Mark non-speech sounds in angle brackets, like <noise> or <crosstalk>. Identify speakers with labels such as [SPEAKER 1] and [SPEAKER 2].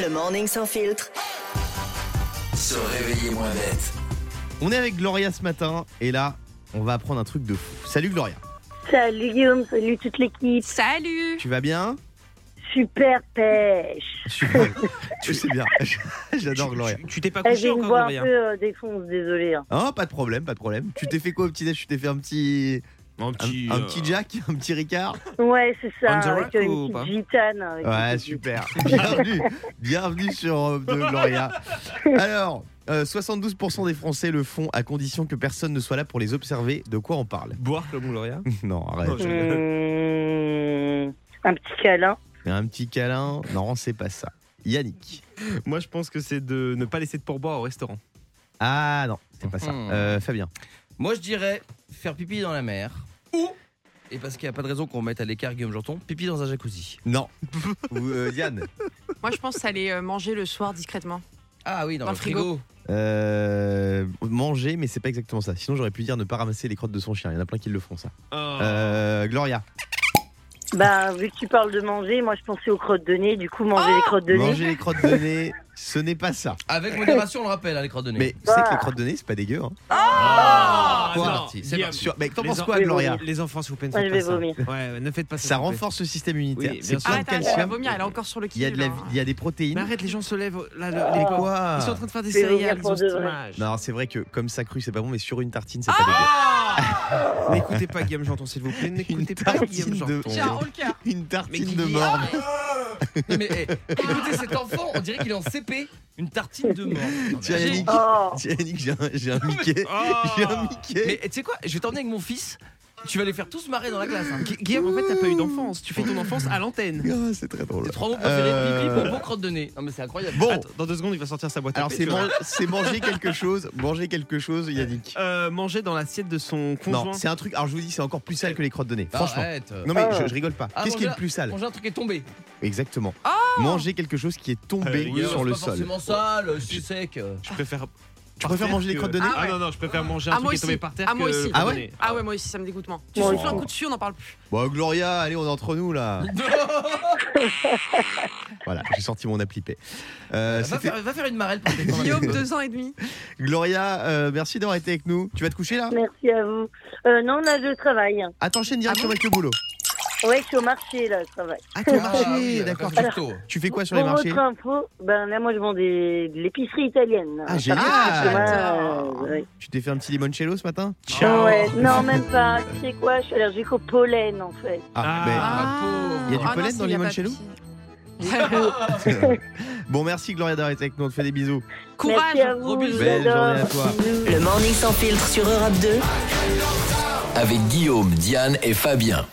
[SPEAKER 1] Le morning sans filtre.
[SPEAKER 2] Se réveiller moins bête.
[SPEAKER 3] On est avec Gloria ce matin et là, on va apprendre un truc de fou. Salut Gloria,
[SPEAKER 4] Salut Guillaume, salut toute l'équipe.
[SPEAKER 5] Salut
[SPEAKER 3] tu vas bien
[SPEAKER 4] Super pêche.
[SPEAKER 3] Super. <laughs> tu sais bien. J'adore Gloria.
[SPEAKER 6] Tu- Tu t'es pas
[SPEAKER 4] Eh,
[SPEAKER 6] couché
[SPEAKER 4] J'ai une
[SPEAKER 6] encore,
[SPEAKER 4] voix un
[SPEAKER 6] Gloria
[SPEAKER 4] peu euh, défonce, désolé. hein.
[SPEAKER 3] Hein, pas de problème, pas de problème. Tu t'es fait quoi au petit déj Tu t'es fait un petit,
[SPEAKER 6] Un
[SPEAKER 3] un,
[SPEAKER 6] petit,
[SPEAKER 3] un
[SPEAKER 6] euh,
[SPEAKER 3] petit Jack, un petit
[SPEAKER 6] <laughs>
[SPEAKER 3] Ricard
[SPEAKER 4] Ouais, c'est ça,
[SPEAKER 6] On the
[SPEAKER 4] avec
[SPEAKER 6] rock
[SPEAKER 4] euh,
[SPEAKER 6] ou
[SPEAKER 4] une
[SPEAKER 6] pas
[SPEAKER 4] petite gitane. euh, avec
[SPEAKER 3] Ouais,
[SPEAKER 4] une petite
[SPEAKER 3] super. Bienvenue, bienvenue sur Europe 2, Gloria. Alors, euh, 72% des Français le font à condition que personne ne soit là pour les observer. De quoi on parle <laughs>
[SPEAKER 6] Boire comme Gloria
[SPEAKER 3] Non, arrête.
[SPEAKER 6] Non, je-
[SPEAKER 4] gitane. Mmh, un petit câlin.
[SPEAKER 3] Un petit câlin Non, c'est pas ça. Yannick.
[SPEAKER 6] Moi, je pense que c'est de ne pas laisser de pourboire au restaurant.
[SPEAKER 3] Ah non, c'est pas ça.
[SPEAKER 7] Hmm.
[SPEAKER 3] Euh, Fabien.
[SPEAKER 7] Moi, je dirais faire pipi dans la mer. Ou Et parce qu'il n'y a pas de raison qu'on mette à l'écart Guillaume Janton, pipi dans un jacuzzi.
[SPEAKER 3] Non. <laughs> Ou euh, Diane.
[SPEAKER 5] Moi, je pense aller euh, manger le soir discrètement.
[SPEAKER 7] Ah oui, dans, le frigo.
[SPEAKER 3] Euh, manger, mais c'est pas exactement ça. Sinon, j'aurais pu dire ne pas ramasser les crottes de son chien. Il y en a plein qui le font, ça.
[SPEAKER 6] Ah.
[SPEAKER 3] Euh, Gloria.
[SPEAKER 4] Bah, vu que tu parles de manger, moi je pensais aux crottes de nez, du coup, manger les crottes de nez.
[SPEAKER 3] Oh Manger les crottes de nez, ce n'est pas ça.
[SPEAKER 7] Avec modération, on le rappelle, hein, les crottes de nez.
[SPEAKER 3] Mais tu sais que les crottes de nez, c'est pas dégueu. hein.
[SPEAKER 6] Ah,
[SPEAKER 3] quoi
[SPEAKER 6] non,
[SPEAKER 7] Parti, c'est
[SPEAKER 6] Guillaume,
[SPEAKER 7] parti.
[SPEAKER 3] Sur- Mais t'en
[SPEAKER 6] Les
[SPEAKER 3] penses
[SPEAKER 6] en-
[SPEAKER 3] quoi,
[SPEAKER 4] Oui,
[SPEAKER 3] Gloria
[SPEAKER 4] bon,
[SPEAKER 6] Les enfants, s'il vous plaît, ne
[SPEAKER 4] Moi,
[SPEAKER 6] faites
[SPEAKER 4] je vais
[SPEAKER 6] pas ça.
[SPEAKER 4] vomir.
[SPEAKER 6] Ouais, ne faites pas ça.
[SPEAKER 3] Ça
[SPEAKER 6] s'il vous plaît.
[SPEAKER 3] renforce le système immunitaire.
[SPEAKER 6] Oui, bien
[SPEAKER 3] c'est
[SPEAKER 6] sûr.
[SPEAKER 3] plein de
[SPEAKER 5] Arrête, arrête, elle va
[SPEAKER 3] calcium.
[SPEAKER 5] vomir, elle est encore sur le hein. cul.
[SPEAKER 3] Il y a, de la-
[SPEAKER 5] là.
[SPEAKER 3] il y a des protéines.
[SPEAKER 6] Mais arrête, les gens se lèvent. là, le- les
[SPEAKER 4] Oh.
[SPEAKER 6] pauvres.
[SPEAKER 3] Quoi
[SPEAKER 6] Ils sont en train de faire des
[SPEAKER 4] Je vais vomir
[SPEAKER 6] céréales. Ils
[SPEAKER 4] pour
[SPEAKER 6] ont
[SPEAKER 4] de
[SPEAKER 6] cette
[SPEAKER 4] vrai.
[SPEAKER 6] image.
[SPEAKER 3] Non, c'est vrai que comme ça cru, c'est pas bon, mais sur une tartine, c'est pas
[SPEAKER 6] Ah N'écoutez pas Guillaume Janton, s'il vous plaît.
[SPEAKER 3] dégueu.
[SPEAKER 6] N'écoutez pas Guillaume Janton. <laughs>
[SPEAKER 3] de...
[SPEAKER 5] J'ai un haut le cœur.
[SPEAKER 3] Une
[SPEAKER 6] Mais
[SPEAKER 3] tartine
[SPEAKER 6] qui
[SPEAKER 3] de
[SPEAKER 6] dit-
[SPEAKER 3] mort.
[SPEAKER 7] Non, mais eh, écoutez, cet enfant, on dirait qu'il est en CP. Une tartine de mort. Non,
[SPEAKER 3] Tiens,
[SPEAKER 7] mais-
[SPEAKER 3] Yannick,
[SPEAKER 4] Oh,
[SPEAKER 3] tiens, Yannick, j'ai un, j'ai
[SPEAKER 6] <laughs>
[SPEAKER 3] un Mickey.
[SPEAKER 6] Oh Ah.
[SPEAKER 3] J'ai un Mickey.
[SPEAKER 7] Mais eh, tu sais quoi, je vais t'emmener avec mon fils. Tu vas les faire tous marrer dans la classe. hein.
[SPEAKER 6] Gui- Guillaume, en fait, t'as pas eu d'enfance. Tu fais ton enfance à l'antenne.
[SPEAKER 3] Ah, c'est très drôle.
[SPEAKER 7] Les trois mots préférés,
[SPEAKER 3] Euh,
[SPEAKER 7] pipi, popo, crotte de nez. Non mais c'est incroyable.
[SPEAKER 3] Bon,
[SPEAKER 6] Attends, dans deux secondes, il va sortir sa boîte. à
[SPEAKER 3] alors c'est
[SPEAKER 6] pêche.
[SPEAKER 3] man- c'est manger quelque chose, manger quelque chose, Yannick.
[SPEAKER 6] Euh, manger dans l'assiette de son conjoint.
[SPEAKER 3] Non, c'est un truc. Alors je vous dis, c'est encore plus sale que les crottes de nez.
[SPEAKER 7] Ah,
[SPEAKER 3] Franchement.
[SPEAKER 7] arrête.
[SPEAKER 3] Non mais
[SPEAKER 4] Ah.
[SPEAKER 3] je, je rigole pas.
[SPEAKER 7] Ah,
[SPEAKER 3] Qu'est-ce qui est
[SPEAKER 7] manger-
[SPEAKER 3] le plus sale
[SPEAKER 7] Manger un truc est tombé.
[SPEAKER 3] Exactement. Manger quelque chose qui est
[SPEAKER 6] Ah, les
[SPEAKER 3] tombé
[SPEAKER 6] gars,
[SPEAKER 7] Oui,
[SPEAKER 3] sur
[SPEAKER 7] Euh, c'est
[SPEAKER 3] le
[SPEAKER 7] pas
[SPEAKER 3] sol. Ah,
[SPEAKER 7] forcément sale, c'est sec.
[SPEAKER 6] Je préfère.
[SPEAKER 3] Tu préfères manger les crottes de nez
[SPEAKER 6] Ah,
[SPEAKER 5] Ah ouais.
[SPEAKER 6] non, non, je préfère manger un
[SPEAKER 5] Ah,
[SPEAKER 6] truc
[SPEAKER 5] moi
[SPEAKER 6] qui est tombé
[SPEAKER 5] aussi.
[SPEAKER 6] par terre.
[SPEAKER 5] Ah, moi
[SPEAKER 6] que
[SPEAKER 5] aussi.
[SPEAKER 6] le
[SPEAKER 3] Ah
[SPEAKER 6] crotte de
[SPEAKER 3] ouais
[SPEAKER 6] nez.
[SPEAKER 5] Ah ouais, moi aussi, ça me dégoûte. Moi. Tu
[SPEAKER 4] Moi
[SPEAKER 5] souffles un
[SPEAKER 4] aussi.
[SPEAKER 5] coup dessus, on n'en parle plus.
[SPEAKER 3] Bon, Gloria, allez, on est entre nous là. Voilà, j'ai sorti mon appli P. Euh,
[SPEAKER 7] Ah, bah, va,
[SPEAKER 3] c'était-
[SPEAKER 7] faire, va faire une marelle
[SPEAKER 3] <laughs>
[SPEAKER 7] pour tes parents.
[SPEAKER 5] Guillaume, deux ans et demi.
[SPEAKER 3] Gloria, euh, merci d'avoir été avec nous. Tu vas te coucher là
[SPEAKER 4] merci à vous. Euh, non, on a le travail.
[SPEAKER 3] Attends, enchaîne directement
[SPEAKER 5] Ah bon
[SPEAKER 3] avec le boulot.
[SPEAKER 4] Ouais, je suis au marché là, le travail.
[SPEAKER 3] Ah,
[SPEAKER 7] Ah,
[SPEAKER 3] t'es au
[SPEAKER 7] oui,
[SPEAKER 3] marché,
[SPEAKER 7] elle va
[SPEAKER 3] d'accord.
[SPEAKER 7] faire
[SPEAKER 3] Tu,
[SPEAKER 7] du tuto.
[SPEAKER 3] tu fais quoi sur les
[SPEAKER 4] Pour
[SPEAKER 3] marchés
[SPEAKER 4] votre info, ben là, moi je vends des, de l'épicerie italienne.
[SPEAKER 3] Ah,
[SPEAKER 4] Ouais,
[SPEAKER 3] génial Ah,
[SPEAKER 5] J'adore.
[SPEAKER 4] ouais.
[SPEAKER 3] Tu t'es fait un petit limoncello ce matin
[SPEAKER 6] Ciao.
[SPEAKER 4] Ouais, non, même pas. Tu sais quoi, je suis allergique au pollen en fait.
[SPEAKER 6] Ah.
[SPEAKER 3] ben,
[SPEAKER 7] Ah, pauvre.
[SPEAKER 3] Il y a du
[SPEAKER 5] Ah non,
[SPEAKER 3] pollen
[SPEAKER 5] c'est
[SPEAKER 3] dans
[SPEAKER 5] les
[SPEAKER 3] limoncello
[SPEAKER 5] papilles.
[SPEAKER 7] Ah.
[SPEAKER 3] <laughs> Bon, merci Gloria d'avoir été avec nous. On te fait des bisous.
[SPEAKER 5] <laughs> Courage
[SPEAKER 4] Merci à vous,
[SPEAKER 7] gros bisous.
[SPEAKER 4] je
[SPEAKER 3] Belle
[SPEAKER 4] vous adore.
[SPEAKER 3] journée à toi.
[SPEAKER 4] Bisous.
[SPEAKER 1] Le morning sans filtre sur Europe 2.
[SPEAKER 2] Avec Guillaume, Diane et Fabien.